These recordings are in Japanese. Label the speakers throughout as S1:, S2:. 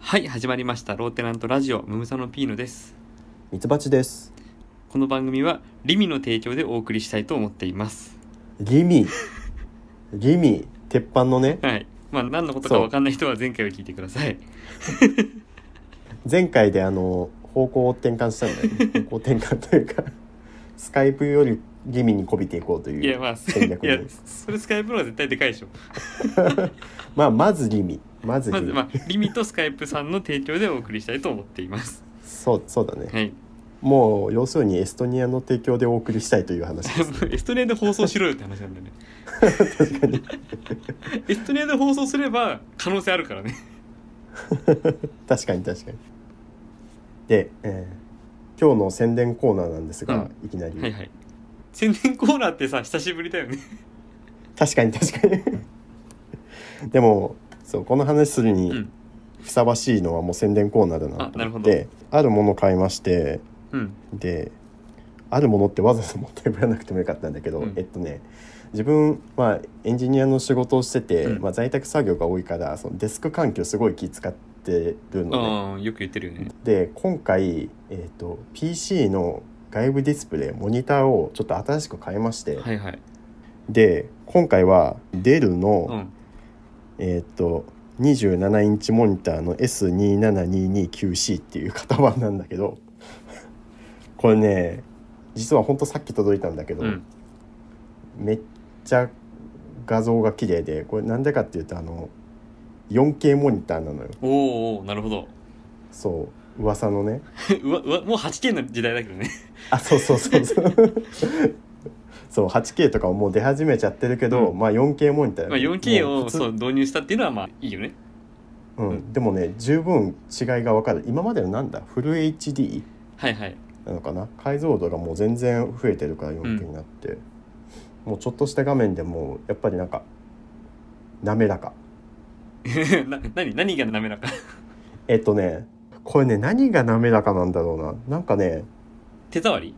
S1: はい始まりましたローテナントラジオムムサノピーノです
S2: ミツバチです。
S1: この番組はリミの提供でお送りしたいと思っています
S2: ギミ。ギミ。鉄板のね、
S1: はいまあ何のことかわかんない人は前回を聞いてください
S2: 前回であの、方向を転換したんだよね。方向転換というか、スカイプよりギミにこびていこうと
S1: い
S2: い
S1: や
S2: う。
S1: まあ
S2: 戦 略
S1: いや
S2: で
S1: それスカイプの方が絶対でかいでしょ
S2: まあ、まずギミ。まずギ
S1: ま
S2: ミ。
S1: ずまあリミとスカイプさんの提供でお送りしたいと思っています
S2: そう、そうだね。
S1: はい
S2: もう、要するにエストニアの提供でお送りしたいという話です。
S1: エストニアで放送しろよって話なんだよねエストニアで放送すれば可能性あるからね
S2: 確かに確かに。で、えー今日の宣伝コーナーなんですが、いきなり。
S1: はいはい宣伝コーナーってさ久しぶりだよね
S2: 確かに 確かにでもそうこの話する
S1: う
S2: に
S1: ん
S2: ふさわしいのはもう宣伝コーナーだな
S1: あな
S2: と
S1: るほ
S2: 思っ
S1: ど
S2: てあるもの買いまして
S1: うん
S2: であるものってわざわざ持ってこらなくてもよかったんだけど、
S1: うん
S2: えっとね自分、まあ、エンジニアの仕事をしてて、
S1: うん
S2: まあ、在宅作業が多いからそのデスク環境すごい気使ってるのね。
S1: ああよく言ってるよね
S2: で今回、えっと PC の外部ディスプレイモニターをちょっと新しく買いまして、
S1: はいはい
S2: で今回はデルの、
S1: うん
S2: えーっと27インチモニターの S27229C っていう型番なんだけど これね実はほんとさっき届いたんだけど、
S1: うん
S2: めっちゃ画像が綺麗でこれなんでかっていうとあの 4K モニターなのよ
S1: おーおーなるほど
S2: そう噂のね
S1: うわうわもう 8K の時代だけどね
S2: あそうそうそうそう そう 8K とかももう出始めちゃってるけど、
S1: うん
S2: まあ 4K モニター、
S1: まあ 4K
S2: もう
S1: を
S2: 普通
S1: そう導入したっていうのはまあいいよね
S2: うん
S1: うん
S2: でもね十分違いが分かる今までのなんだフル HD
S1: はいはい
S2: なのかな解像度がもう全然増えてるから 4K になって、もうちょっとした画面でもやっぱりなんか滑らか
S1: な何何が滑らか
S2: えっとねこれね何が滑らかなんだろうななんかね
S1: 手触り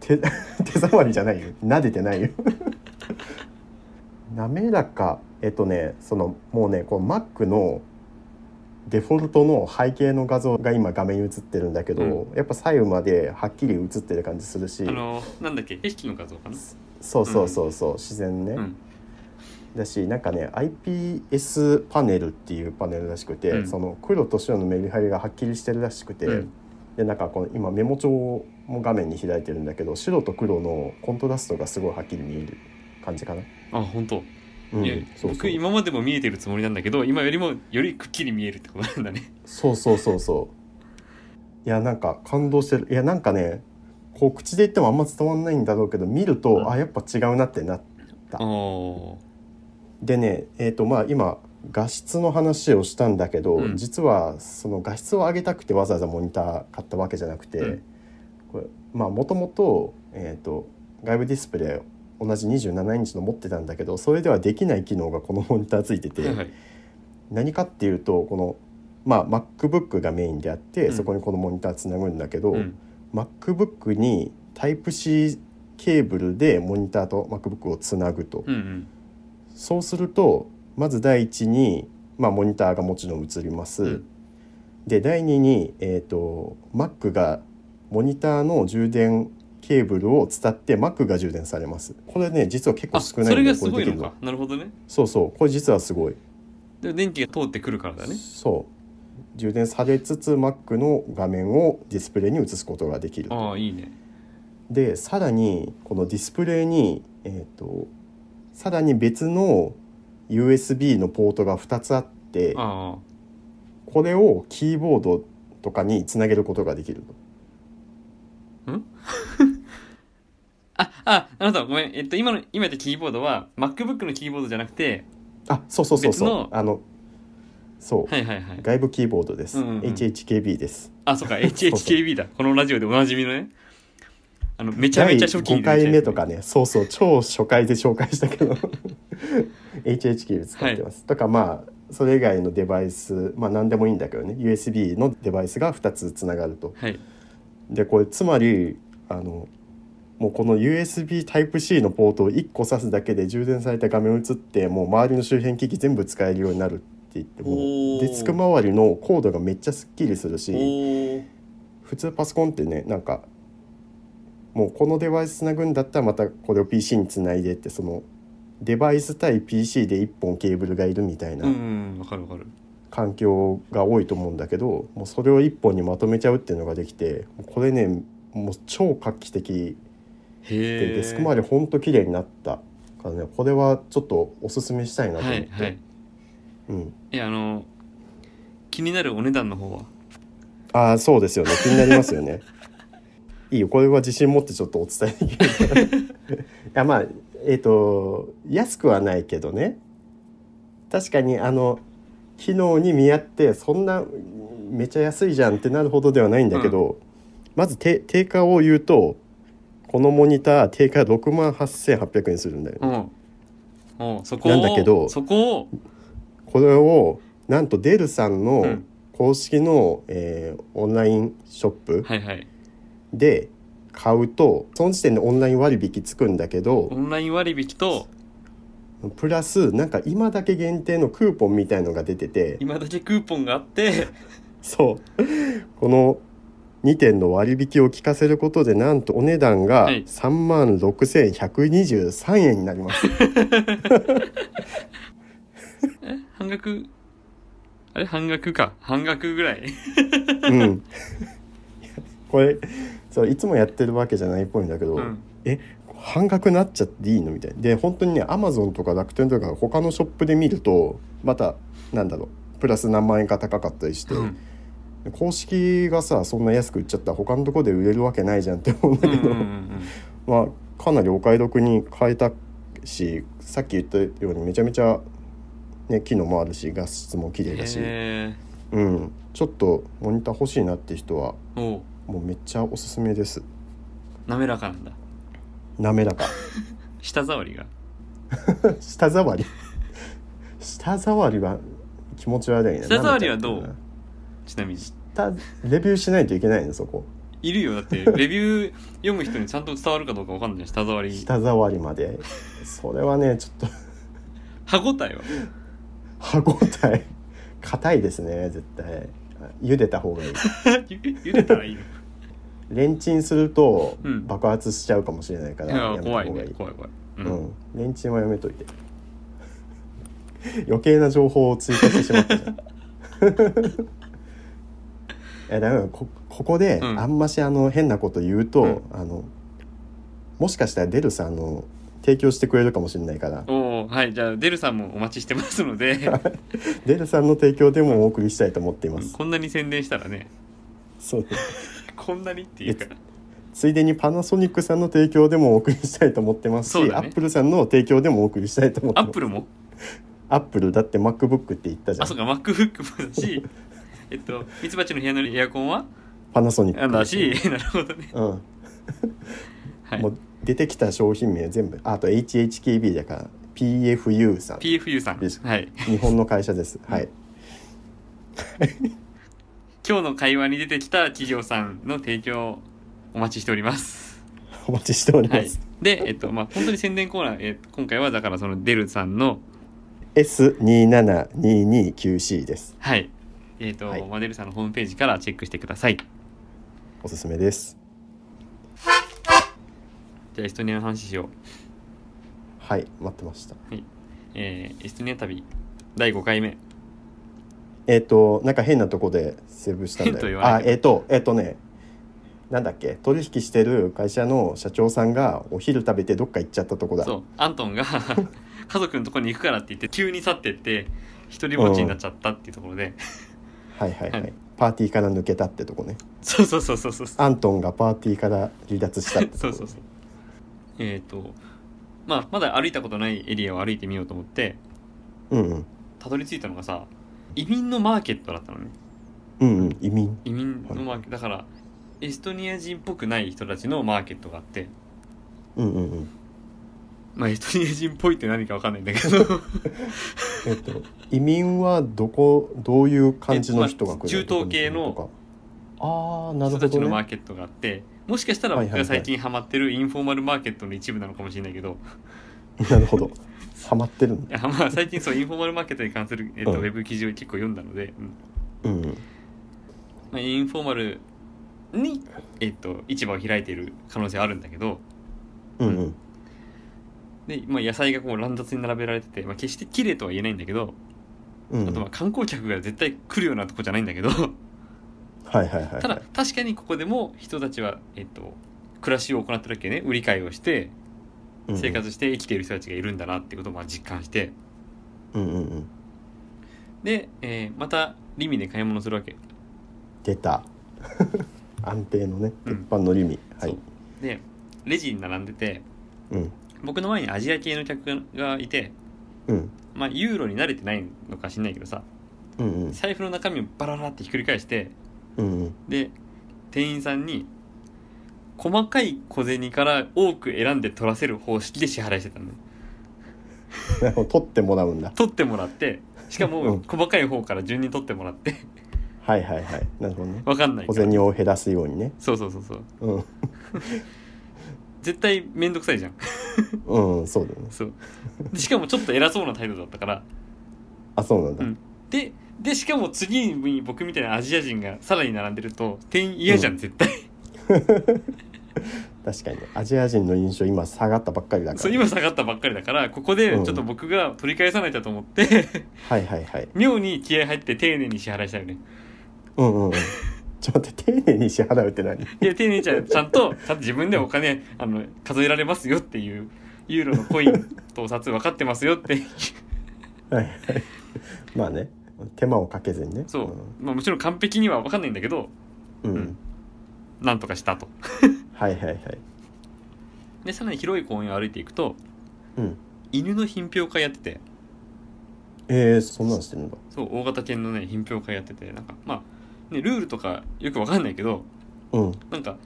S2: 手 手触りじゃないよ撫でてないよ 滑らかえっとねそのもうねこう Mac のデフォルトの背景の画像が今画面に映ってるんだけど、やっぱ左右まではっきり映ってる感じするし
S1: あのなんだっけ景色の画像かな
S2: そうそうそうそう、自然ね、
S1: うん
S2: だしなんかね IPS パネルっていうパネルらしくて、
S1: うん
S2: その黒と白のメリハリがはっきりしてるらしくて、
S1: うん
S2: でなんかこの今メモ帳も画面に開いてるんだけど白と黒のコントラストがすごいはっきり見える感じかな。
S1: あ本当、
S2: うん、
S1: いや
S2: そうそ
S1: 僕
S2: う
S1: 今までも見えてるつもりなんだけど今よりもよりくっきり見えるってことなんだね
S2: そうそうそうそういやなんか感動してるいやなんかねこう口で言ってもあんま伝わんないんだろうけど見ると、
S1: うん
S2: あやっぱ違うなってなってあ
S1: おお
S2: でねえー、とまあ今画質の話をしたんだけど、
S1: うん
S2: 実はその画質を上げたくてわざわざモニター買ったわけじゃなくて、
S1: うん
S2: これまあもともと,、えー、と外部ディスプレイ同じ27インチの持ってたんだけどそれではできない機能がこのモニターついてて、
S1: ーはいはい
S2: 何かっていうとこの、まあ、MacBook がメインであって、
S1: うん
S2: そこにこのモニターつなぐんだけど、
S1: うん
S2: MacBook に Type-C ケーブルでモニターと MacBook をつなぐと。
S1: うんうん
S2: そうするとまず第一に、まあ、モニターがもちろん映ります、
S1: うん
S2: で第二に、えー、と Mac がモニターの充電ケーブルを伝って Mac が充電されますこれね実は結構
S1: あ
S2: 少
S1: そ
S2: ない
S1: れ
S2: ん
S1: が
S2: です
S1: ごい
S2: これできる
S1: のかなるほどね
S2: そうそうこれ実はすごい、
S1: で電気が通ってくるからだね
S2: そう充電されつつ Mac の画面をディスプレイに映すことができる
S1: ああいいね
S2: でさらにこのディスプレイに、えー、とさらに別の USB のポートが2つあって
S1: ああ
S2: これをキーボードとかにつなげることができると
S1: あ、あ、あなた、ごめん。えっと、今の、今言ったキーボードは、MacBook のキーボードじゃなくて、
S2: あそうそうそう
S1: 別
S2: そう
S1: の
S2: あのそう、
S1: はいはいはい。
S2: 外部キーボードです、
S1: うんうんうん
S2: HHKB です
S1: あ、そうか、HHKB だ。このラジオでおなじみのね。あの、めちゃめちゃ初期
S2: 5
S1: に出てきたやつ
S2: 回目とか。ねそうそう超初回で紹介したけど HHKB 使ってます、とかまあそれ以外のデバイスまあ何でもいいんだけどね USB のデバイスが2つつながると
S1: はい。
S2: でこれつまりあのもうこの USB Type-C のポートを1個挿すだけで充電された画面映ってもう周りの周辺機器全部使えるようになるっ言っても
S1: おー
S2: ディスク周りのコードがめっちゃすっきりする
S1: お
S2: し
S1: ー
S2: 普通パソコンってねなんかもうこのデバイスつなぐんだったらまたこれを PC につないでってそのデバイス対 PC で1本ケーブルがいるみたいな
S1: うんうんわかるわかる
S2: 環境が多いと思うんだけどもうそれを1本にまとめちゃうっていうのができてもうこれねもう超画期的
S1: へえ
S2: でデスク周りほんと綺麗になったからねこれはちょっとおすすめしたいなと
S1: は
S2: 思っ
S1: い
S2: て、
S1: はい
S2: うん、
S1: えあの気になるお値段の方は
S2: ああそうですよね気になりますよね いいよこれは自信持ってちょっとお伝えできる からいやまあえっ、と安くはないけどね確かにあの機能に見合ってそんなめちゃ安いじゃんってなるほどではないんだけど、まずて定価を言うとこのモニター定価6万8800円するんだよね、
S1: うんおうそこを
S2: なんだけど
S1: そこを
S2: これをなんとデルさん
S1: う
S2: の
S1: ん
S2: 公式の、えーオンラインショップ
S1: はいはい
S2: で買うとその時点でオンライン割引つくんだけど
S1: オンライン割引と
S2: プラスなんか今だけ限定のクーポンみたいのが出てて
S1: 今だけクーポンがあって
S2: そうこの2点の割引を聞かせることでなんとお値段が
S1: はい
S2: 3万6123円になります、
S1: え半額あれ半額か半額ぐらい
S2: うんこれそういつもやってるわけじゃないっぽいんだけど、
S1: うん
S2: え半額になっちゃっていいのみたいなで本当にねアマゾンとか楽天とか他のショップで見るとまたなんだろうプラス何万円か高かったりして、
S1: うん
S2: 公式がさそんな安く売っちゃったら他のとこで売れるわけないじゃんって思うん
S1: う
S2: だ
S1: んう
S2: け
S1: んう
S2: ど、
S1: ん
S2: まあかなりお買い得に買えたしさっき言ったようにめちゃめちゃ、ね、機能もあるし画質も綺
S1: うん
S2: 麗だし、
S1: へ
S2: うん、ちょっとモニター欲しいなって人は
S1: ーおう
S2: もうめっちゃおすすめです
S1: 滑らかなんだ
S2: 滑らか
S1: 舌触りが
S2: 舌触り舌触りは気持ち悪い な
S1: 舌触りはどう
S2: 舐めちゃっ
S1: ちなみに
S2: たな舌レビューしないといけないのそこ
S1: いるよだって レビュー読む人にちゃんと伝わるかどうかわかんない舌触り
S2: 舌触りまでそれはねちょっと
S1: 歯ごたえは
S2: 歯ごたえ硬いですね絶対茹でた方がいい
S1: ゆゆでたらいいの
S2: レンチンすると
S1: うん
S2: 爆発しちゃうかもしれないか
S1: い
S2: ら、やめ
S1: や
S2: た方
S1: 怖
S2: が
S1: いね怖い怖い、う
S2: うんん、レンチンはやめといて余計な情報を追加してしまったじ ゃんいやだからこここで
S1: うん
S2: あんましあの変なこと言うと、
S1: うん
S2: あのもしかしたらデルさんあの提供してくれるかもしれないから
S1: おおはいじゃあデルさんもお待ちしてますの で
S2: デルさんの提供でもお送りしたいと思っています、
S1: こんなに宣伝したらね
S2: そう
S1: こんなにっていうか
S2: ついでにパナソニックさんの提供でもお送りしたいと思ってますし、
S1: そう
S2: ア
S1: だね
S2: ップルさんの提供でもお送りしたいと思って
S1: ア
S2: ま
S1: ッ
S2: す
S1: プルも
S2: アップルだって MacBook って言ったじゃ
S1: あそうんか MacBook もだ しえっとミツバチの部屋のエアコンは
S2: パナソニッ
S1: あ
S2: ク
S1: だし なるほどね
S2: うん
S1: はい
S2: もう出てきた商品名全部あと HHKB だから PFU さん
S1: PFU さん
S2: です
S1: はい
S2: 日本の会社ですはい
S1: 今日の会話に出てきた企業さんの提供をお待ちしております
S2: お待ちしており
S1: は
S2: ま
S1: い
S2: す、
S1: でえっとまあ本当に宣伝コーナー、えっと今回はだからそのデルさんの
S2: S27229C です
S1: はいえっと、
S2: はい
S1: まあデルさんのホームページからチェックしてください
S2: おすすめです
S1: じゃあエストニアの話しよう
S2: はい待ってました
S1: えーエストニア旅第5回目
S2: えっ、となんか変なとこでセーブしたん
S1: 変と
S2: だ
S1: 言
S2: よ
S1: わな
S2: あ
S1: い
S2: えっ、とえっ、とねなんだっけ取引してる会社の社長さんがお昼食べてどっか行っちゃったとこだ
S1: そうアントン が家族のところに行くからって言って急に去ってって一人ぼっちになっちゃったっていうところで、
S2: はいはいはい、
S1: はい
S2: パーティーから抜けたってとこね
S1: そうそうそうそうそうそう
S2: アントンがパーティーから離脱したってとこ
S1: そうそうそうえっ、とまあまだ歩いたことないエリアを歩いてみようと思って
S2: うんうん
S1: たどり着いたのがさ移民のマーケットだったのね
S2: うんうん移民
S1: 移民のマーケットだからエストニア人っぽくない人たちのマーケットがあって
S2: うんうんうん
S1: まあエストニア人っぽいって何かわかんないんだけ ど
S2: えっと、移民はどこどういう感じの人が来るの
S1: えっとまあ中東系の
S2: どこに来るのとかああなる
S1: 人
S2: ほ
S1: たち
S2: ど
S1: のマ
S2: ね
S1: ーケットがあってもしかしたら
S2: はい
S1: 僕
S2: はいはい
S1: が最近ハマってるインフォーマルマーケットの一部なのかもしれないけど、
S2: なるほど。ハマってるん
S1: い
S2: だ。
S1: やまあ最近そうインフォーマルマーケットに関する、えっと
S2: うん
S1: ウェブ記事を結構読んだので、うん
S2: うん。
S1: まあ、インフォーマルに、えっと市場を開いている可能性あるんだけど
S2: うんうん。
S1: で、まあ、野菜がこう乱雑に並べられてて、まあ、決して綺麗とは言えないんだけど、
S2: うんう
S1: あと
S2: ん、
S1: まあ観光客が絶対来るようなとこじゃないんだけど
S2: はいはいはい。
S1: ただ、確かにここでも人たちは、えっと暮らしを行ってるわけね売り買いをして
S2: うんうん
S1: 生。活して生きている人たちがいるんだなってことをまあ実感して
S2: うんうんうん。
S1: で、えーまたリミで買い物するわけ。
S2: 出た。 安定のね、
S1: う
S2: 鉄
S1: ん
S2: 板のリミ。は
S1: そう
S2: い。
S1: でレジに並んでて
S2: うん。
S1: 僕の前にアジア系の客がいて、
S2: うん。
S1: まあ、ユーロに慣れてないのか知んないけどさ
S2: うんうん。
S1: 財布の中身をバラバラってひっくり返して
S2: うんうん。
S1: で店員さんに細かい小銭から多く選んで取らせる方式で支払いしてたのね
S2: なるほど取ってもらうんだ。
S1: 取ってもらってしか
S2: う
S1: も
S2: ん
S1: 細かい方から順に取ってもらって
S2: はいはいはい。なるほどね。
S1: わかんない
S2: 小
S1: から
S2: 銭を減らすようにね。
S1: そうそうそうそう
S2: うん。
S1: 絶対面倒くさいじゃん
S2: うん、そうだよね。
S1: そうでしかもちょっと偉そうな態度だったから
S2: あ、そうなんだ。
S1: うんででしかも次に僕みたいなアジア人がさらに並んでると店員嫌じゃん、
S2: う
S1: 絶対
S2: 確かにね。アジア人の印象今下がったばっかりだから。
S1: そう今下がったばっかりだからここでちょっと僕が取り返さないとと思って、
S2: はいはいはい。
S1: 妙に気合入って丁寧に支払いしたよね
S2: うん うんうん。ちょっと待って、丁寧に支払うって何
S1: いや丁寧にちゃんちゃんとちゃんと自分でお金あの数えられますよっていうユーロのコインとお札分かってますよっていう
S2: はいはい。まあね。手間をかけずにね。
S1: そう、まあ、もちろん完璧には分かんないんだけど
S2: うん。う
S1: うん
S2: ん。
S1: なんとかしたと
S2: はいはいはい。
S1: でさらに広い公園を歩いていくと
S2: うん。
S1: 犬の品評会やってて
S2: えー、そんなんしてるんだ。
S1: そう大型犬のね品評会やっててなんかまあ、ね、ルールとかよくわかんないけど
S2: うん。
S1: なんか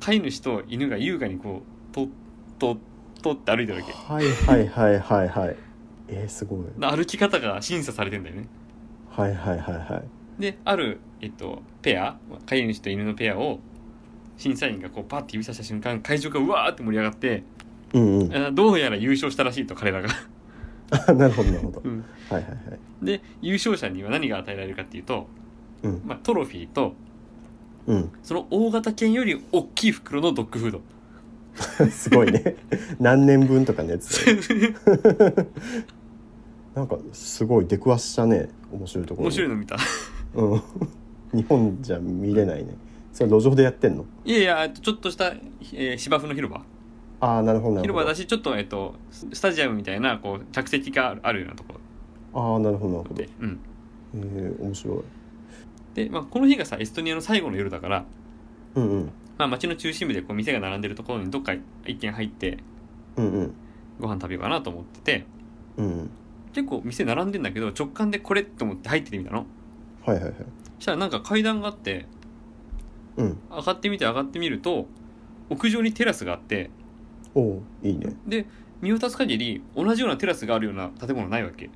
S1: 飼い主と犬が優雅にこうとっとっとって歩いてるわけ
S2: はいはいはいはいはい。えー、すごい。
S1: で歩き方が審査されてんだよね
S2: はいはいはいはい。
S1: である、えっと、ペア飼い主と犬のペアを審査員がこうパッて指さした瞬間会場がうわーって盛り上がって
S2: うんうん。
S1: あどうやら優勝したらしいと彼らが、
S2: あ なるほどなるほど。
S1: うん
S2: はいはいはい。
S1: で優勝者には何が与えられるかっていうと、
S2: うん
S1: まあ、トロフィーと
S2: うん。
S1: その大型犬より大きい袋のドッグフード
S2: すご いね。何年分とかのやつ。なんかすごい出くわしたね面白いところ
S1: 面
S2: に
S1: 白いの見た
S2: うん、 日本じゃ見れないねそれ路上でやってんの
S1: いやいやちょっとした、えー芝生の広場
S2: ああなるほどなる
S1: 広
S2: ほ
S1: 場
S2: ど
S1: だしちょっと,、えっとススタジアムみたいなこう着席があるあるようなところ
S2: ああなるほどなるほど
S1: で
S2: へ、
S1: うん
S2: えー、面白い
S1: でまあ、この日がさエストニアの最後の夜だから、
S2: うんうん
S1: まあ、街の中心部でこう店が並んでるところにどっか一軒入って
S2: うんうん
S1: ご飯食べようかなと思ってて
S2: うんうん
S1: 結構店並んでんだけど直感でこれと思って入っててみたの
S2: はいはいはい
S1: そしたらなんか階段があって
S2: うん
S1: 上がってみて上がってみると屋上にテラスがあって
S2: おおいいね
S1: で見渡す限り同じようなテラスがあるような建物ないわけ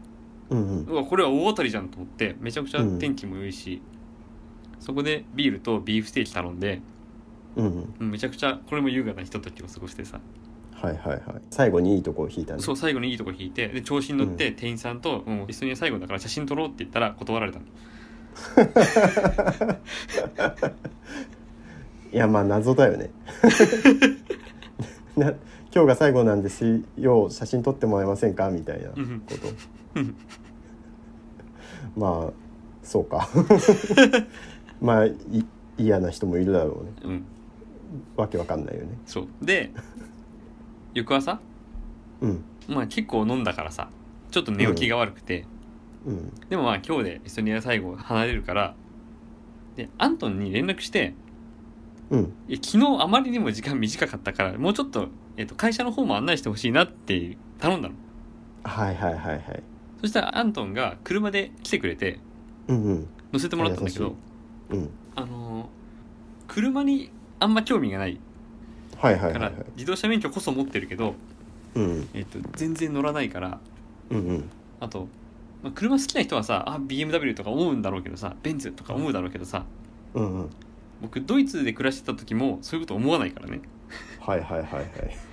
S2: うんうん
S1: うわこれは大当たりじゃんと思ってめちゃくちゃ天気も良いし、そこでビールとビーフステーキ頼んで
S2: うんうん
S1: うんめちゃくちゃこれも優雅なひとときを過ごしてさ
S2: はいはいはい最後にいいとこを引いたね
S1: そう最後にいいとこ引いてで調子に乗って店員さんと「もう一緒に最後だから写真撮ろう」って言ったら断られたの
S2: いやまあ謎だよね な今日が最後なんですよ写真撮ってもらえませんかみたいな
S1: うんうん
S2: こ
S1: う
S2: と
S1: ん
S2: まあそ うかまあい嫌な人もいるだろうね
S1: うん
S2: わけわかんないよね
S1: そうで翌朝
S2: うん
S1: まあ結構飲んだからさちょっと寝起きが悪くて、
S2: うん
S1: でもまあ今日でエストニア最後離れるからでアントンに連絡して
S2: うん
S1: いや昨日あまりにも時間短かったからもうちょっと,、えっと会社の方も案内してほしいなって頼んだの
S2: はいはいはいはい
S1: そしたらアントンが車で来てくれて
S2: うんうん
S1: 乗せてもらったんだけ
S2: あ優
S1: ど
S2: しうん
S1: あのー車にあんま興味がない
S2: はいはい
S1: か
S2: はい
S1: ら、
S2: はい
S1: 自動車免許こそ持ってるけど、
S2: うん
S1: えっと全然乗らないから
S2: うんうん
S1: あと、まあ、車好きな人はさあ BMW とか思うんだろうけどさベンツとか思うだろうけどさ
S2: うんうん
S1: 僕ドイツで暮らしてた時もそういうこと思わないからね
S2: はいはいはいはい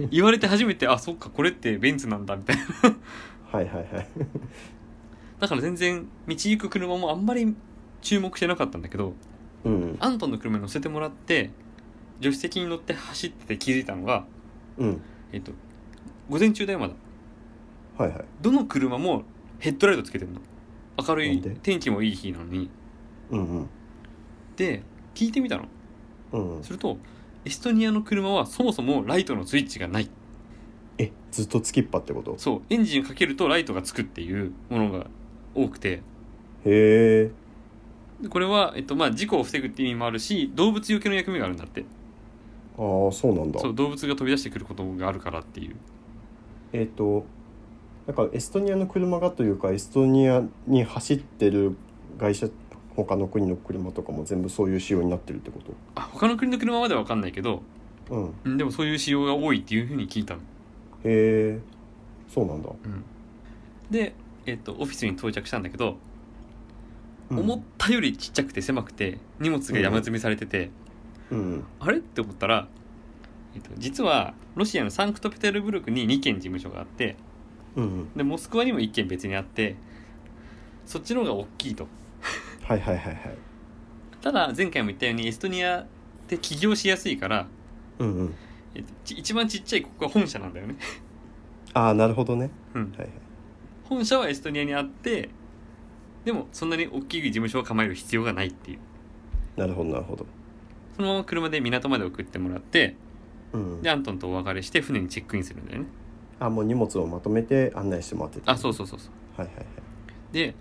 S1: 言われて初めてあそっかこれってベンツなんだみたいな
S2: はいはいはい
S1: だから全然道行く車もあんまり注目してなかったんだけど
S2: うん
S1: アントンの車に乗せてもらって助手席に乗って走ってて気づいたのが
S2: うん
S1: えっと午前中だよまだ
S2: はいはい
S1: どの車もヘッドライトつけてるの明る
S2: ないんで
S1: 天気もいい日なのに
S2: うんうん
S1: で聞いてみたの
S2: うん
S1: するとエストニアの車はそもそもライトのスイッチがない
S2: えずっとつきっぱってこと
S1: そうエンジンかけるとライトがつくっていうものが多くて
S2: へえ
S1: でこれは、えっとまあ、事故を防ぐって意味もあるし動物よけの役目があるんだって
S2: ああそうなんだ
S1: そう動物が飛び出してくることがあるからっていう
S2: えっ、となんかエストニアの車がというかエストニアに走ってる会社他の国の車とかも全部そういう仕様になってるってこ
S1: あ他の国の車までは分かんないけど
S2: とうんへ
S1: うんでもそういう仕様が多いっていうふうに聞いたの、
S2: えそうなんだ、
S1: うん、で、えっとオフィスに到着したんだけど、
S2: うん、
S1: 思ったよりちっちゃくて狭くて荷物が山積みされてて、
S2: うん
S1: あれって思ったら、えっと実はロシアのサンクトペテルブルクに2軒事務所があって
S2: うん
S1: でモスクワにも1軒別にあってそっちの方が大きいと
S2: はいはいはいはい
S1: ただ前回も言ったようにエストニアって起業しやすいから、
S2: うんうん
S1: えっとち一番ちっちゃいここが本社なんだよね、
S2: ああなるほどね
S1: うん、
S2: はいはい
S1: 本社はエストニアにあってでもそんなに大きい事務所を構える必要がないっていう
S2: なるほどなるほど
S1: そのまま車で港まで送ってもらって
S2: うん
S1: でアントンとお別れして船にチェックインするんだよね
S2: あもう荷物をまとめて案内してもらってて
S1: あそうそうそうそう
S2: はいはいはい
S1: で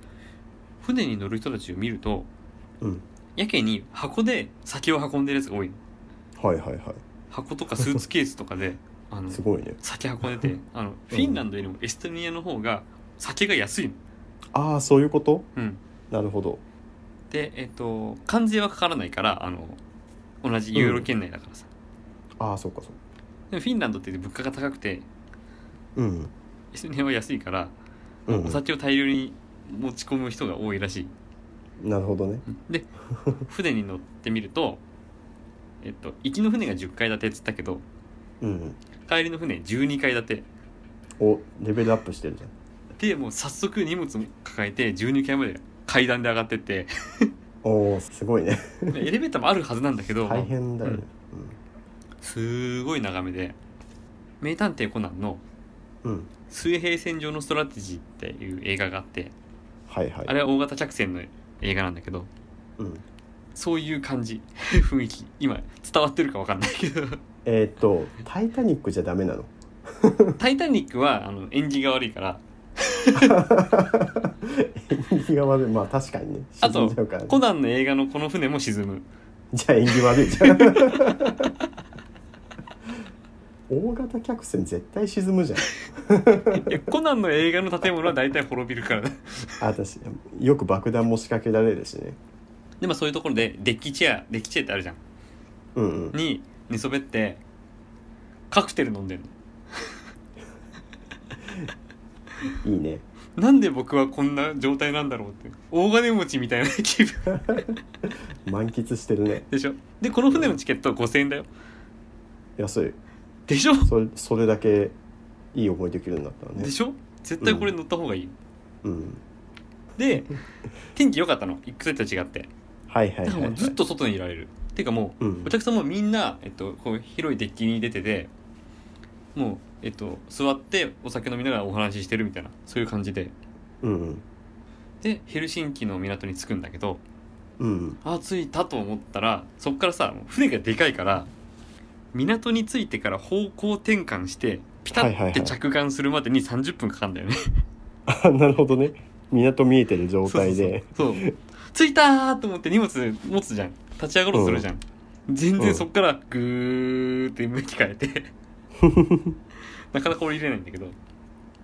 S1: 船に乗る人たちを見ると
S2: うん
S1: やけに箱で酒を運んでるやつが多いの
S2: はいはいは
S1: 箱とかスーツケースとか であの
S2: いすごいね
S1: 酒運んでてあのフィンランドよりもエストニアの方が酒が安いの
S2: ああそういうこと
S1: うん
S2: なるほど
S1: でえっと関税はかからないからあの同じユーロ圏内だからさ、
S2: ああそうかそう
S1: でもフィンランドって物価が高くて
S2: うん
S1: エストニアは安いから、
S2: うん、う
S1: お
S2: ん、
S1: 酒を大量に持ち込む人が多いらしい
S2: なるほどね
S1: で船に乗ってみるとえっと行きの船が10階建てっつったけど
S2: うんうん
S1: 帰りの船12階建て
S2: おレベルアップしてるじゃん
S1: でもう早速荷物も抱えて12階まで階段で上がってって
S2: おおすごいね
S1: エレベーターもあるはずなんだけど
S2: 大変だよね
S1: すごい眺めで「名探偵コナン」の
S2: うん、うん、
S1: 「水平線上のストラテジー」っていう映画があって
S2: はいはい
S1: あれは大型客船の映画なんだけど
S2: うん、
S1: そういう感じ 雰囲気今伝わってるか分かんないけど
S2: えーっと「タイタニック」じゃダメなの
S1: 「タイタニックは」あの演技が悪いから
S2: 演技が悪い まあ確かにね
S1: あと
S2: 沈んじゃうからね
S1: コナンの映画のこの船も沈む
S2: じゃあ演技悪いじゃん 大型客船絶対沈むじゃん
S1: いやコナンの映画の建物は大体滅びるからね
S2: あ私よく爆弾も仕掛けられるしね
S1: でもそういうところでデッキチェアデッキチェアってあるじゃん
S2: うんうん
S1: に寝そべってカクテル飲んでんの
S2: いいね
S1: なんで僕はこんな状態なんだろうって大金持ちみたいな気分
S2: 満喫してるね
S1: でしょでこの船のチケットは5000円だよ
S2: 安い
S1: でしょ
S2: それそれだけいい思いできるんだったらね
S1: でしょ絶対これ乗った方がいい、
S2: うん
S1: で天気良かったの行く時と違って
S2: はいはい
S1: だか
S2: は
S1: ら
S2: い、は
S1: も、
S2: いう
S1: ずっと外にいられるっていうかもう
S2: うん
S1: お客さんもみんな、えっと、こう広いデッキに出ててもう、えっと、座ってお酒飲みながらお話ししてるみたいなそういう感じで
S2: うんうん
S1: でヘルシンキの港に着くんだけど
S2: うん
S1: あ着いたと思ったらそっからさもう船がでかいから港に着いてから方向転換してピタ
S2: はいはい
S1: ッ
S2: は
S1: て
S2: い
S1: 着岸するまでに30分かかるんだよね
S2: あなるほどね港見えてる状態で
S1: そう着いたーと思って荷物持つじゃん立ち上がろうとするじゃん、全然そっからグーって向き変え てなかなか降りれないんだけど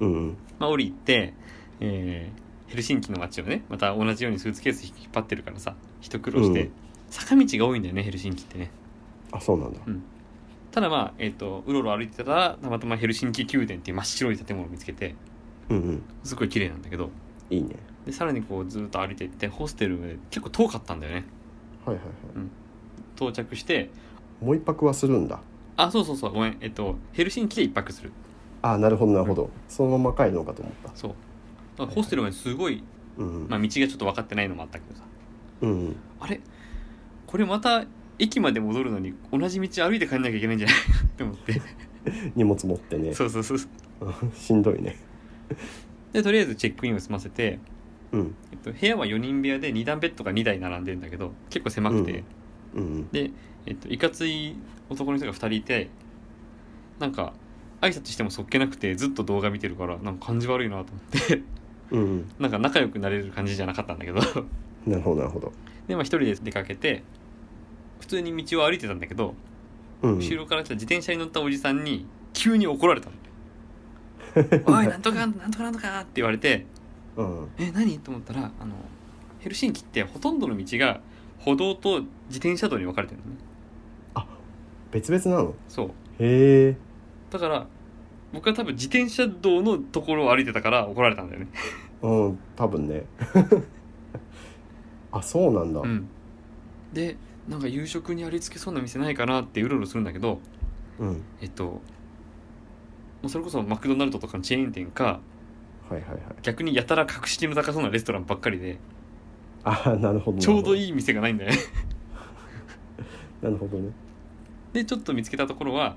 S2: うんうん
S1: まあ、降りて、えーヘルシンキの街をねまた同じようにスーツケース引っ張ってるからさ一苦労して、
S2: うん
S1: 坂道が多いんだよねヘルシンキってね
S2: あそうなんだ
S1: ただまあえっ、とうろうろ歩いてたらたまたまヘルシンキ宮殿っていう真っ白い建物を見つけて
S2: うんうん
S1: すごい綺麗なんだけど
S2: いいね
S1: でさらにこうずっと歩いていってホステルまで結構遠かったんだよね
S2: はいはいはい
S1: 到着して
S2: もう一泊はするんだ
S1: あそうそうそうごめんえっとヘルシンキで一泊する
S2: ああなるほどなるほど、そのまま帰るのかと思った
S1: そうだからホステルがねすごい、
S2: うん、
S1: まあ、道がちょっと分かってないのもあったけどさ
S2: うん
S1: あれこれまた駅まで戻るのに同じ道歩いて帰んなきゃいけないんじゃない って思って
S2: 荷物持ってね
S1: そうそうそうそう
S2: しんどいね
S1: でとりあえずチェックインを済ませて、
S2: うん
S1: えっと、部屋は4人部屋で2段ベッドが2台並んでるんだけど結構狭くて、
S2: うんうん
S1: で、えっと、いかつい男の人が2人いてなんか挨拶してもそっけなくてずっと動画見てるからなんか感じ悪いなと思って
S2: うん
S1: なんか仲良くなれる感じじゃなかったんだけど
S2: なるほどなるほど、
S1: でまあ一人で出かけて普通に道を歩いてたんだけど
S2: うん、
S1: 後ろから来た自転車に乗ったおじさんに急に怒られ たの「おいなんとかなんとかなんとか」って言われて
S2: うん
S1: 「え何?」と思ったらあのヘルシンキってほとんどの道が歩道と自転車道に分かれてるのね
S2: 別々なの
S1: そう
S2: へえ
S1: だから僕は多分自転車道のところを歩いてたから怒られたんだよね
S2: うん多分ね あそうなんだ、
S1: うんでなんか夕食にありつけそうな店ないかなってうろうろするんだけど
S2: うん
S1: えっともうそれこそマクドナルドとかのチェーン店か
S2: はいはいはい
S1: 逆にやたら格式の高そうなレストランばっかりで
S2: あなるほど
S1: ちょうど
S2: い
S1: いい店がないんだよね
S2: なるほどね
S1: でちょっと見つけたところは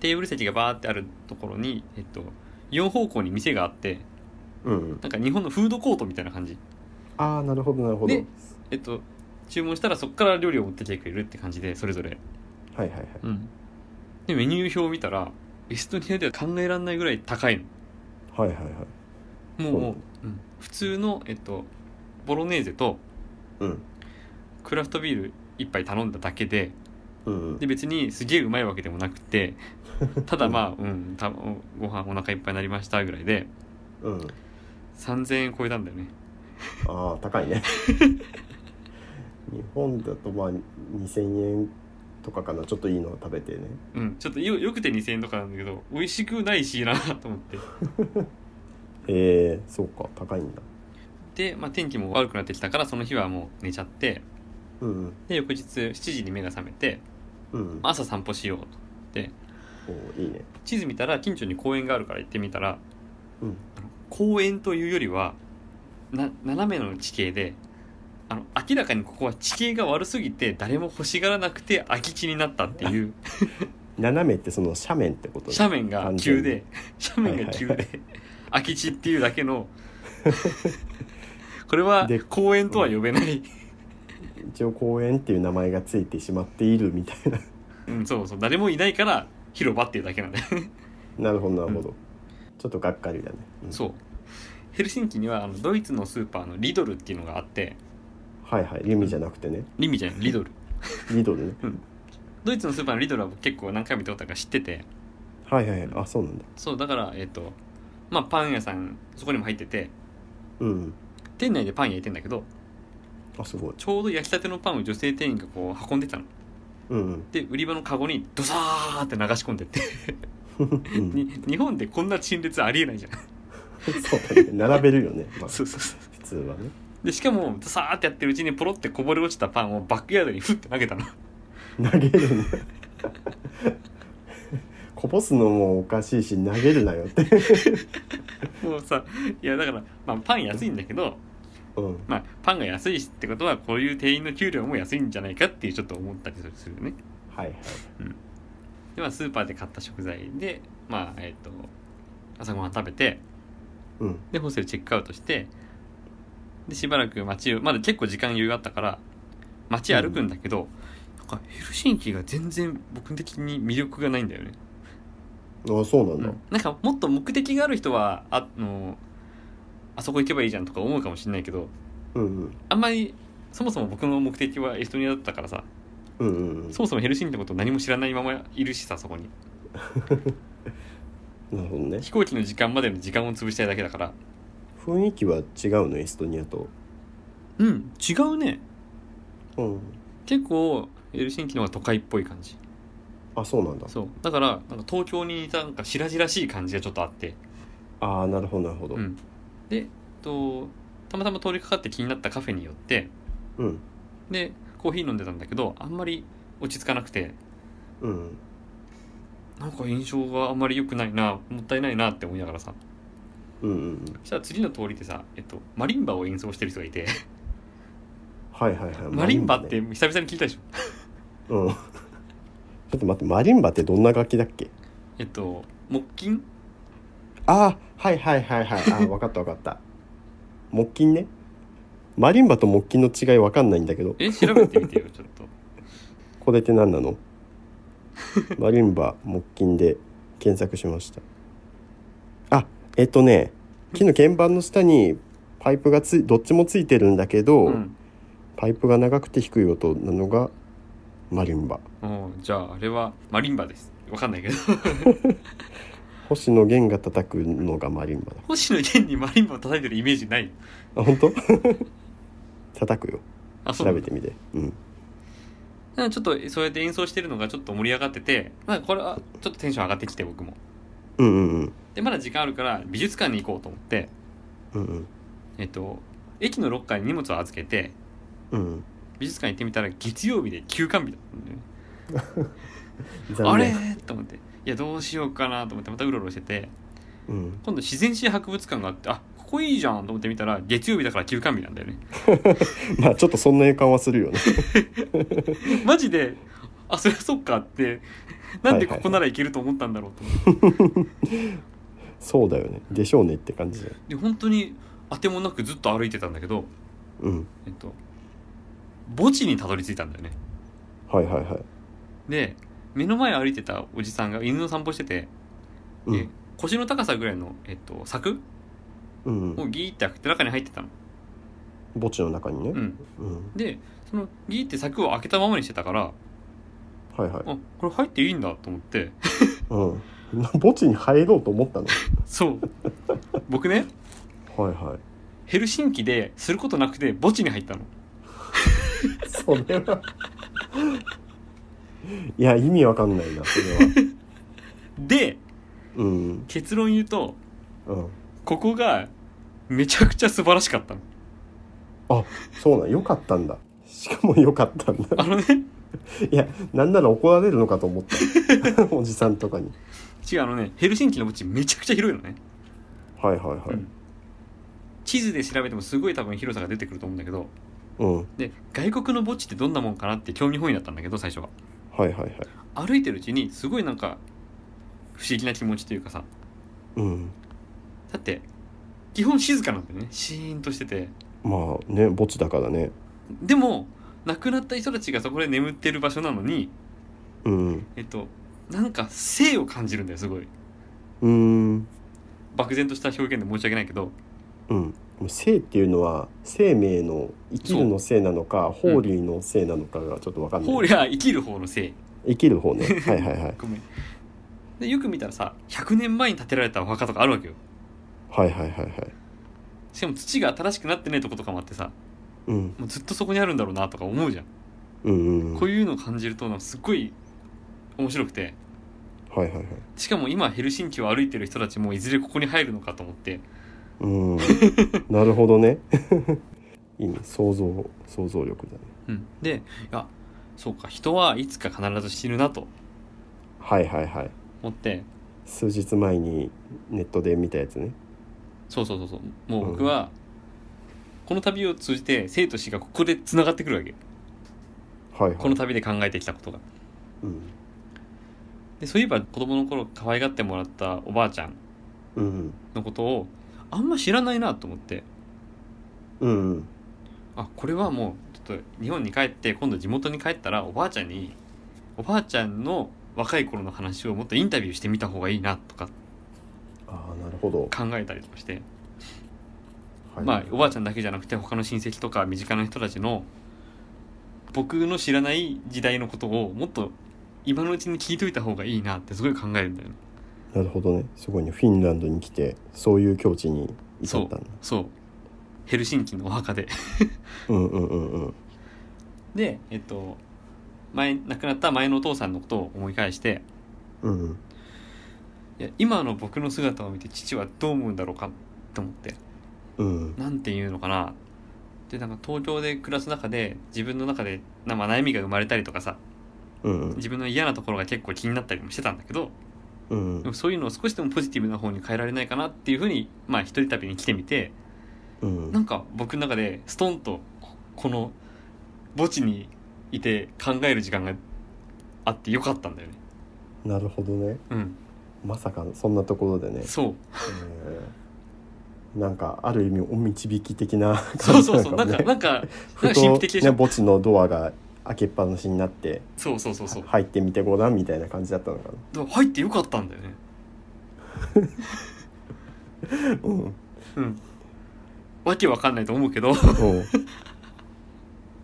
S1: テーブル席がバーってあるところに、えっと、4方向に店があって
S2: うん
S1: なんか日本のフードコートみたいな感じ
S2: ああなるほどなるほど
S1: でえっと注文したらそこから料理を持ってきてくれるって感じでそれぞれ
S2: はいはいはい
S1: うんでメニュー表を見たらエストニアでは考えられないぐらい高い
S2: はいはいはい
S1: のもう、うん普通の、えっと、ボロネーゼと
S2: うん
S1: クラフトビール一杯頼んだだけで
S2: うん
S1: で別にすげえうまいわけでもなく てただまあ、うん、たご飯お腹いっぱいになりましたぐらいで
S2: うん
S1: 3000円超えたんだよね
S2: ああ高い ね日本だとまあ2000円とかかなちょっといいのを食べてね
S1: うんちょっとよよくて2000円とかなんだけど美味しくないしなと思って
S2: へえそうか高いんだ
S1: で、まあ、天気も悪くなってきたからその日はもう寝ちゃって
S2: うん
S1: で翌日7時に目が覚めて
S2: うん
S1: 朝散歩しようと
S2: おーいいね
S1: 地図見たら近所に公園があるから行ってみたら
S2: うん
S1: 公園というよりはな斜めの地形であの明らかにここは地形が悪すぎて誰も欲しがらなくて空き地になったっていう
S2: 斜めってその斜面ってことね
S1: 斜面が急で斜
S2: に
S1: 面が急
S2: はいは
S1: で 空き地っていうだけの これは
S2: で
S1: 公園とは呼べない、
S2: 一応公園っていう名前がついてしまっているみたいな
S1: うん、そうそう誰もいないから広場っていうだけなんだよ
S2: なるほどなるほど、ちょっとがっかりだね、うん
S1: そうヘルシンキにはあのドイツのスーパーのリドルっていうのがあって
S2: はいはいリミじゃなくてね
S1: リミじゃないリドル
S2: リドルね
S1: ドイツのスーパーのリドルは僕結構何回も行ったことあるから知ってて
S2: はいはいはいあそうなんだ
S1: そうだからえっ、とまあパン屋さんそこにも入ってて
S2: うん
S1: 店内でパン焼いてんだけど
S2: あすごい
S1: ちょうど焼きたてのパンを女性店員がこう運んでたの
S2: うん
S1: で売り場のカゴにドサーって流し込んでって
S2: うんうん
S1: に日本でこんな陳列ありえないじゃん
S2: そうだね並べる よね、まあ、
S1: そうそうそう
S2: 普通はね
S1: でしかもドサーってやってるうちにポロってこぼれ落ちたパンをバックヤードにフッて投げたの
S2: 投げるんだ こぼすのもおかしいし投げるなよって、
S1: もうさいやだから、まあ、パン安いんだけど、
S2: うん、
S1: まあ、パンが安いってことはこういう店員の給料も安いんじゃないかっていうちょっと思ったりするよね
S2: はいはい
S1: でまあスーパーで買った食材でまあえっ、と朝ごはん食べて
S2: うん
S1: でホステルチェックアウトしてでしばらく街をまだ結構時間余裕あったから街歩くんだけど、なんかヘルシンキが全然僕的に魅力がないんだよね、
S2: あそうなんだ、
S1: なんかもっと目的がある人はああのあそこ行けばいいじゃんとか思うかもしれないけど
S2: うん、うん
S1: あんまりそもそも僕の目的はエストニアだったからさ
S2: うんうんうん
S1: そもそもヘルシンキのこと何も知らないままいるしさそこに
S2: なるほどね
S1: 飛行機の時間までの時間を潰したいだけだから
S2: 雰囲気は違うのエストニアと
S1: うん違うね
S2: うん
S1: 結構ヘルシンキの方が都会っぽい感じ
S2: あそうなんだ
S1: そうだからなんか東京にいたなんか白々しい感じがちょっとあって、
S2: ああなるほどなるほど
S1: うん、で、えっと、たまたま通りかかって気になったカフェに寄って
S2: うん
S1: でコーヒー飲んでたんだけどあんまり落ち着かなくて
S2: うん
S1: なんか印象があんまり良くないなもったいないなって思いながらさ
S2: うんうんうん
S1: そしたら次の通りでさ、えっと、マリンバを演奏してる人がいて
S2: はいはいはい
S1: マリンバって
S2: ね
S1: 久々に聞いたでしょ
S2: うん ちょっと待ってマリンバってどんな楽器だっけ
S1: えっと木琴
S2: あーはいはいはいはいあーわかったわかった木琴ねマリンバと木琴の違いわかんないんだけど
S1: え調べてみてよちょっ と
S2: これって何 なのマリンバ木琴で検索しましたあえっとね木の鍵盤の下にパイプがついどっちもついてるんだけど、
S1: うん
S2: パイプが長くて低い音なのがマリンバ
S1: おうじゃああれはマリンバですわかんないけど
S2: 星野源が叩くのがマリンバだ
S1: 星野源にマリンバを叩いてるイメージない
S2: あ 本当叩くよ
S1: あそう
S2: 調べてみてうん
S1: なんかちょっとそうやって演奏してるのがちょっと盛り上がっててなんかこれはちょっとテンション上がってきて僕も
S2: うんうんうん
S1: でまだ時間あるから美術館に行こうと思って
S2: うんうん
S1: えっと駅のロッカーに荷物を預けて
S2: うん
S1: 美術館行ってみたら月曜日で休館日だったんだよねあ
S2: 残
S1: れ
S2: 念
S1: と思っていやどうしようかなと思ってまたうろうろしてて
S2: うん、
S1: 今度自然史博物館があってあここいいじゃんと思って見たら月曜日だから休館日なんだよね
S2: まあちょっとそんな予感はするよね
S1: マジであそりゃそっかってなんでここなら行けると思ったんだろうと思って、
S2: そうだよねでしょうねって感じだよ
S1: で本当に当てもなくずっと歩いてたんだけど
S2: うん
S1: えっと墓地にたどり着いたんだよね
S2: はいはいはい
S1: で目の前歩いてたおじさんが犬の散歩してて、
S2: う
S1: で
S2: ん
S1: 腰の高さぐらいの、えっと、柵
S2: うんう
S1: を
S2: ん
S1: ギーって開けて中に入ってたの、
S2: 墓地の中に
S1: う
S2: ね
S1: ん、
S2: うん
S1: でそのギーって柵を開けたままにしてたから
S2: はいはい
S1: あこれ入っていいんだと思って
S2: うん 墓地に入ろうと思ったの
S1: そう僕ね
S2: はいはい
S1: ヘルシンキですることなくて墓地に入ったの
S2: それは いや意味わかんないなそれ は
S1: で
S2: うん
S1: 結論言うと
S2: うん
S1: ここがめちゃくちゃ素晴らしかったの
S2: そうなんよかったんだしかもよかったん
S1: あ
S2: だ
S1: のね
S2: いやなんなら怒られるのかと思った おじさんとかに
S1: 違うあのねヘルシンキの墓地めちゃくちゃ広いのね
S2: はいはいは
S1: う
S2: い
S1: ん地図で調べてもすごい多分広さが出てくると思うんだけど
S2: うん、
S1: で外国の墓地ってどんなもんかなって興味本位だったんだけど最初は
S2: はいはいはい
S1: 歩いてるうちにすごいなんか不思議な気持ちというかさ
S2: うん
S1: だって基本静かなんだよねシーンとしてて
S2: まあね墓地だからね
S1: でも亡くなった人たちがそこで眠ってる場所なのに
S2: うん
S1: えっとなんか生を感じるんだよすごい
S2: うん
S1: 漠然とした表現で申し訳ないけど
S2: うん生っていうのは生命の生きるの生なのか
S1: ううん
S2: 法理の生なのかがちょっとわかんない、
S1: 法理は生きる方の生
S2: 生きる方ねはいはいはい
S1: ごめんでよく見たらさ100年前に建てられたお墓とかあるわけよ
S2: はいはいはいはい
S1: しかも土が新しくなってねえとことかもあってさ
S2: うん
S1: もうずっとそこにあるんだろうなとか思うじゃん
S2: うんうんうん
S1: こういうのを感じるとなんかすっごい面白くて
S2: はいはいはい
S1: しかも今ヘルシンキを歩いてる人たちもいずれここに入るのかと思って
S2: うんなるほどね いいね想像想像力だね
S1: うんであそうか人はいつか必ず死ぬなと
S2: はいはいはい
S1: 思って
S2: 数日前にネットで見たやつね
S1: そうそうそうそうもう僕はこの旅を通じて生と死がここでつながってくるわけ
S2: はいはい
S1: この旅で考えてきたことが
S2: うん
S1: でそういえば子供の頃可愛がってもらったおばあちゃん
S2: うん
S1: のことをあんま知らないなと思って
S2: うんうん
S1: あこれはもうちょっと日本に帰って今度地元に帰ったらおばあちゃんにおばあちゃんの若い頃の話をもっとインタビューしてみた方がいいなとか
S2: ああなるほど、
S1: 考えたりとかして、
S2: はい、
S1: まあおばあちゃんだけじゃなくて他の親戚とか身近な人たちの僕の知らない時代のことをもっと今のうちに聞いといた方がいいなってすごい考えるんだよね
S2: なるほどねすごいねフィンランドに来てそういう境地に至ったんだ
S1: そうヘルシンキのお墓で
S2: うんうんうんうん
S1: でえっと前亡くなった前のお父さんのことを思い返して
S2: うんうん
S1: いや今の僕の姿を見て父はどう思うんだろうかと思って
S2: うん
S1: なんて言うのかなでなんか東京で暮らす中で自分の中で、なまあ、悩みが生まれたりとかさ
S2: うんうん
S1: 自分の嫌なところが結構気になったりもしてたんだけど
S2: うん
S1: でもそういうのを少しでもポジティブな方に変えられないかなっていうふうにまあ一人旅に来てみて
S2: うん
S1: なんか僕の中でストンとここの墓地にいて考える時間があってよかったんだよね。
S2: なるほどね
S1: うん、
S2: まさかそんなところでね、
S1: そう
S2: えーなんかある意味お導き的な
S1: そう
S2: 感じ
S1: そ
S2: な
S1: う
S2: の
S1: そうな
S2: かも
S1: ん
S2: ね
S1: かなんかなん
S2: ふ
S1: か神秘的でし
S2: とね
S1: ょ
S2: 墓地のドアが開けっぱなしになって
S1: そうそうそうそう
S2: 入ってみてごらんみたいな感じだったのか
S1: だから入ってよかったんだよね。
S2: なうんうん
S1: うん、わけわかんないと思うけど
S2: い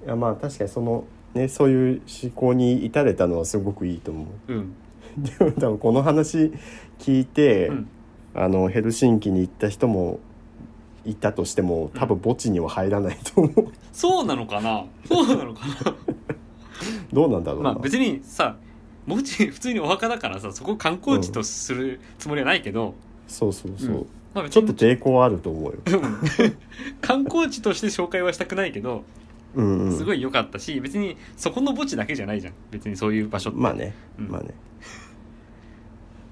S2: やまあ確かにそのねそういう思考に至れたのはすごくいいと思う
S1: うん
S2: でも 多分この話聞いて、
S1: うん
S2: あのヘルシンキに行った人もいたとしても多分墓地には入らないと思う
S1: そうなのかなそうなのかな
S2: どうなんだろう
S1: ま
S2: な、
S1: あ別にさ墓地普通にお墓だからさそこを観光地とするつもりはないけど、
S2: そうそうそう、
S1: うんまあ別
S2: ちょ
S1: に
S2: っと抵抗はあると思うよ、
S1: 観光地として紹介はしたくないけど
S2: うんうん、
S1: すご
S2: い
S1: い良かったし別にそこの墓地だけじゃないじゃん別にそういう場所って
S2: まあね、
S1: うん
S2: まあね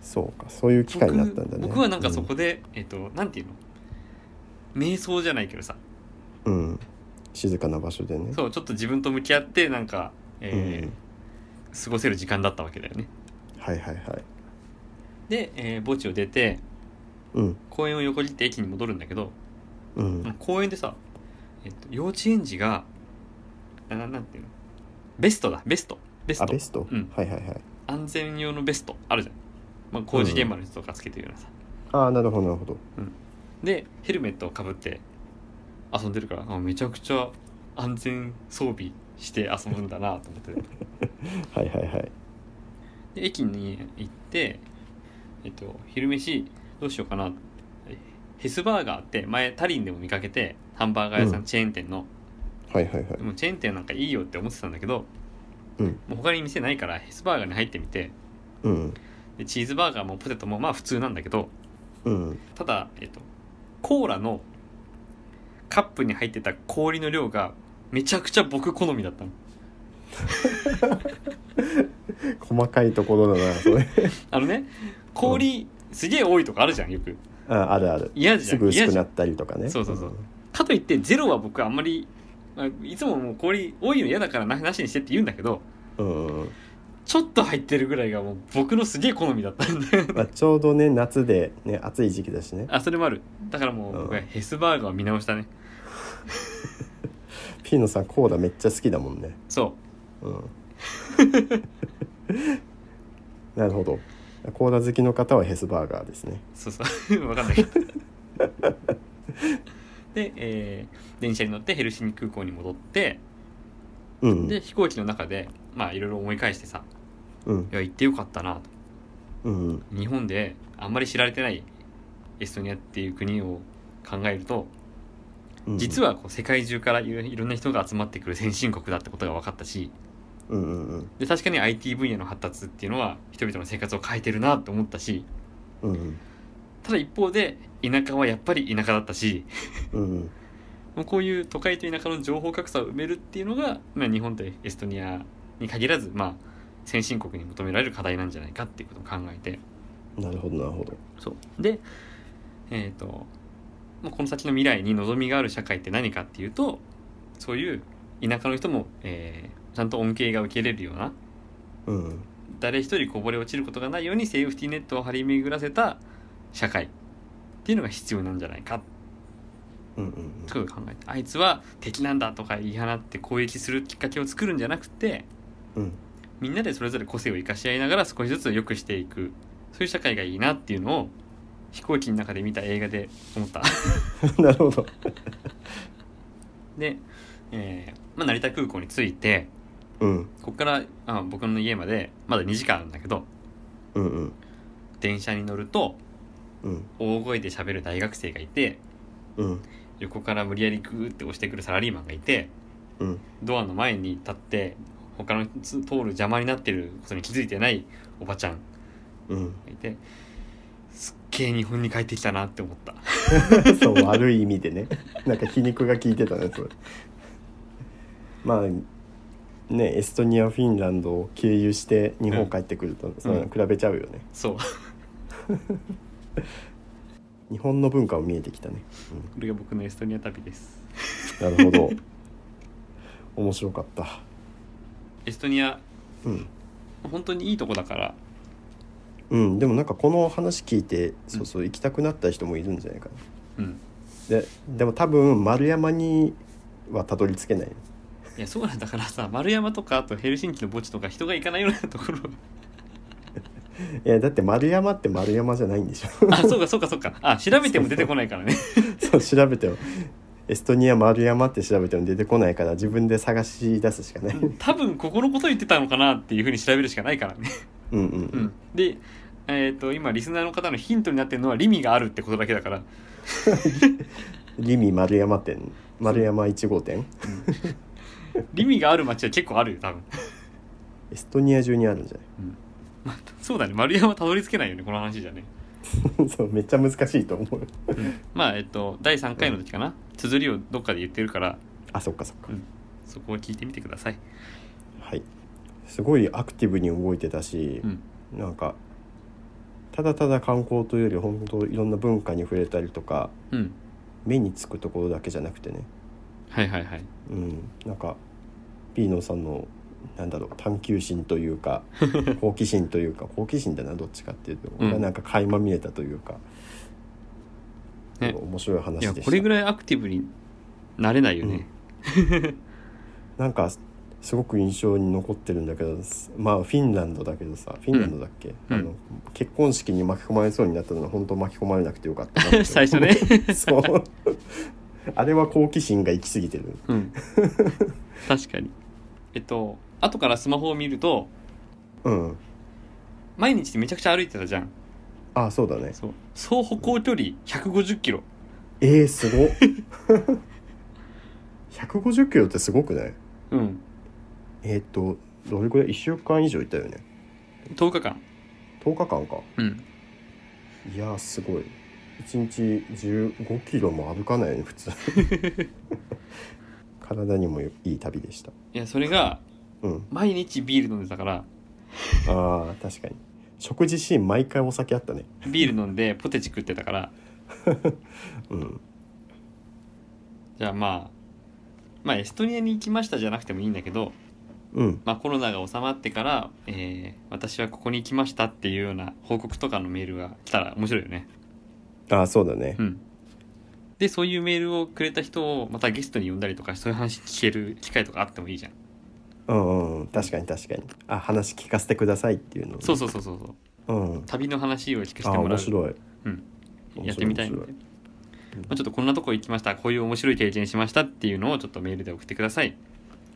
S2: そうかそういう機会になったんだね
S1: 僕僕はなんかそこで、えっとなんていうの瞑想じゃないけどさ
S2: うん、うん静かな場所でね
S1: そうちょっと自分と向き合ってなんか、えー過ごせる時間だったわけだよね
S2: うん、はいはいはい
S1: で、えー墓地を出て
S2: うん
S1: 公園を横切って駅に戻るんだけど
S2: うん
S1: 公園でさ、えっと、幼稚園児がなななんていうのベストだベストベス
S2: あ
S1: ト
S2: ベスト、
S1: うん
S2: はいはいはい
S1: 安全用のベストあるじゃん、まあ、工事現場の人とかつけてるようなさ、
S2: ああなるほどなるほど
S1: でヘルメットをかぶって遊んでるからあめちゃくちゃ安全装備して遊ぶんだなと思ってで
S2: はいはいはい
S1: 駅に行って、えっと、昼飯どうしようかなえヘスバーガーって前タリンでも見かけてハンバーガー屋さん、
S2: うん
S1: チェーン店の
S2: はいはいはい
S1: でもチェーン店なんかいいよって思ってたんだけど、
S2: うん
S1: もう他に店ないからヘスバーガーに入ってみて
S2: うん
S1: でチーズバーガーもポテトもまあ普通なんだけど
S2: うん
S1: ただ、えっと、コーラのカップに入ってた氷の量がめちゃくちゃ僕好みだったの
S2: 細かいところだな それ
S1: あのね氷、すげえ多いとかあるじゃんよく
S2: ああるある
S1: 嫌じ
S2: す
S1: ゃ
S2: ぐ
S1: ん
S2: 薄
S1: 嫌
S2: く
S1: じゃ
S2: なんったりとかね
S1: そうそうそうかといってゼロは僕あんまりあいつももう氷多いの嫌だからななしにしてって言うんだけど
S2: うん、うんうん
S1: ちょっと入ってるぐらいがもう僕のすげえ好みだったんだよね
S2: まあ、ちょうどね夏でね暑い時期だしね
S1: あそれもあるだからもう僕はヘスバーガーを見直したね
S2: ピーノさんコーラめっちゃ好きだもんね
S1: そ
S2: うん なるほどコーラ好きの方はヘスバーガーですね
S1: うそうそう分かんないけど で、えー電車に乗ってヘルシンキ空港に戻って
S2: うん
S1: で飛行機の中でまあいろいろ思い返してさ
S2: うん
S1: いや行ってよかったなと
S2: うん
S1: 日本であんまり知られてないエストニアっていう国を考えると
S2: うん
S1: 実
S2: は
S1: はこう世界中からいろいろんな人が集まってくる先進国だってことが分かったし
S2: うんうん
S1: で確かに IT 分野の発達っていうのは人々の生活を変えてるなと思ったし
S2: うんうん
S1: ただ一方で田舎はやっぱり田舎だったし
S2: うん
S1: もうこういう都会と田舎の情報格差を埋めるっていうのが、まあ、日本とエストニアに限らず、まあ、先進国に求められる課題なんじゃないかっていうことを考えて
S2: なるほどなるほど
S1: そうで、えー、ともうこの先の未来に望みがある社会って何かっていうとそういう田舎の人も、えーちゃんと恩恵が受けれるような
S2: うん
S1: 誰一人こぼれ落ちることがないようにセーフティーネットを張り巡らせた社会っていうのが必要なんじゃないか
S2: うんうん
S1: そういうことを考えてあいつは敵なんだとか言い放って攻撃するきっかけを作るんじゃなくて
S2: うん
S1: みんなでそれぞれ個性を生かし合いながら少しずつ良くしていくそういう社会がいいなっていうのを飛行機の中で見た映画で思った
S2: うんなるほど
S1: で、えーまあ、成田空港に着いて
S2: うん
S1: こっからあ僕の家までまだ2時間あるんだけど
S2: うんうん
S1: 電車に乗ると
S2: うん
S1: 大声で喋る大学生がいて
S2: うん
S1: 横から無理やりグーって押してくるサラリーマンがいて
S2: うん
S1: ドアの前に立って他のつ通る邪魔になってることに気づいてないおばちゃん
S2: うん
S1: がいてすっげえ日本に帰ってきたなって思った
S2: そう悪い意味でねなんか皮肉が効いてたねそれまあねエストニアフィンランドを経由して日本帰ってくると、その比べちゃうよね、
S1: そう
S2: 日本の文化を見えてきたね、
S1: これが僕のエストニア旅です
S2: うん、なるほど 面白かった
S1: エストニア
S2: うん、
S1: 本当にいいとこだから
S2: うん、でもなんかこの話聞いてそうそう行きたくなった人もいるんじゃないかな
S1: うん
S2: ででも多分丸山にはたどり着けない
S1: いやそうなんだからさ丸山とかあとヘルシンキの墓地とか人が行かないようなところ
S2: いやだって丸山って丸山じゃないんでしょ
S1: あそうかそうかそうかあ調べても出てこないからね
S2: そう調べてもエストニア丸山って調べても出てこないから自分で探し出すしかないうん
S1: 多分ここのこと言ってたのかなっていうふうに調べるしかないからね、
S2: うんう
S1: うんん、でえっ、と今リスナーの方のヒントになってるのはリミがあるってことだけだから
S2: リミ丸山店丸山1号店
S1: リミがある街は結構あるよ多分、
S2: エストニア中にあるんじゃ
S1: うんまあ、そうだね丸山たどり着けないよねこの話じゃね、
S2: ないそうめっちゃ難しいと思
S1: う
S2: う
S1: んまあえっ、と第3回の時かな綴りをどっかで言ってるから
S2: あそっかそっか
S1: そこを聞いてみてください
S2: はいすごいアクティブに動いてたし
S1: う、ん
S2: なんかただただ観光というより本当いろんな文化に触れたりとか
S1: うん
S2: 目につくところだけじゃなくてね
S1: はいはいはい
S2: うん、なんかピーノさんのなんだろう探求心という か好奇心というか好奇心だなどっちかっていうと、
S1: うん
S2: がなんか垣間見えたというか、
S1: ね
S2: 面白い
S1: い
S2: 話
S1: や
S2: でし
S1: こ
S2: た
S1: れぐらいアクティブになれないよね、
S2: なんかすごく印象に残ってるんだけどまあフィンランドだけどさフィンランドだっけ、
S1: うん
S2: あの結婚式に巻き込まれそうになったのは本当巻き込まれなくてよかったなって思 う
S1: 最初ね
S2: そうあれは好奇心が行き過ぎてる
S1: うん確かにえっと後からスマホを見ると
S2: うん
S1: 毎日めちゃくちゃ歩いてたじゃん
S2: あそうだね
S1: そう総歩行距離150キロ
S2: えー、す ごっ150キロってすごくない
S1: うん
S2: えーっ、とどれくらい1週間以上いたよね
S1: 10日間
S2: 10日間か
S1: うん
S2: いやーすごい1日15キロも歩かないよね普 通体にもいい旅でした
S1: いやそれが
S2: うん
S1: 毎日ビール飲んでたから
S2: あー確かに食事シーン毎回お酒あったね
S1: ビール飲んでポテチ食ってたから
S2: うん
S1: じゃあまあまあエストニアに行きましたじゃなくてもいいんだけど、
S2: うん
S1: まあ、コロナが収まってから、えー私はここに行きましたっていうような報告とかのメールが来たら面白いよね
S2: ああそうだね
S1: うんでそういうメールをくれた人をまたゲストに呼んだりとかそういう話聞ける機会とかあってもいいじゃん
S2: うんうんうん確かに確かにあ話聞かせてくださいっていうの
S1: そうそうそうそうそう
S2: ううん
S1: 旅の話を聞か
S2: あ
S1: せ
S2: ー
S1: てもら
S2: 面
S1: う
S2: 白い
S1: うん
S2: 面白い
S1: やってみたいので、
S2: 面
S1: まあ、ちょっとこんなとこ行きましたこういう面白い経験しましたっていうのをちょっとメールで送ってください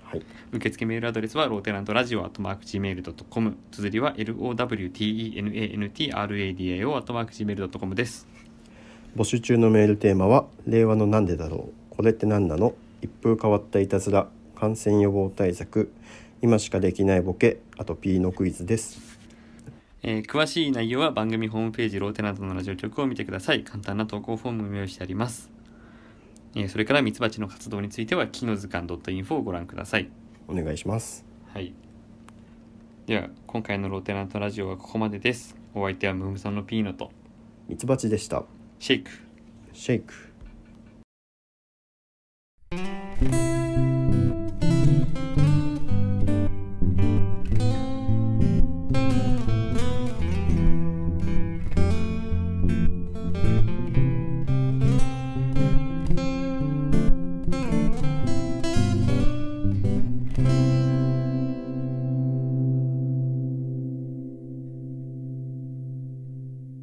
S2: はい
S1: 受付メールアドレスはローテナントラジオアットマーク Gmail.com 綴りは LOWTENANTRADIO アットマーク Gmail.com です
S2: 募集中のメールテーマは「令和のなんでだろうこれって何なの一風変わったいたずら感染予防対策今しかできないボケあと P のクイズ」です
S1: えー詳しい内容は番組ホームページローテナントのラジオ局を見てください簡単な投稿フォームも用意してあります、えーそれからミツバチの活動については木の図鑑 .info をご覧ください
S2: お願いします
S1: はいでは今回のローテナントラジオはここまでですお相手はムームさんのピーノと
S2: ミツバチでした
S1: シェイク
S2: シェイク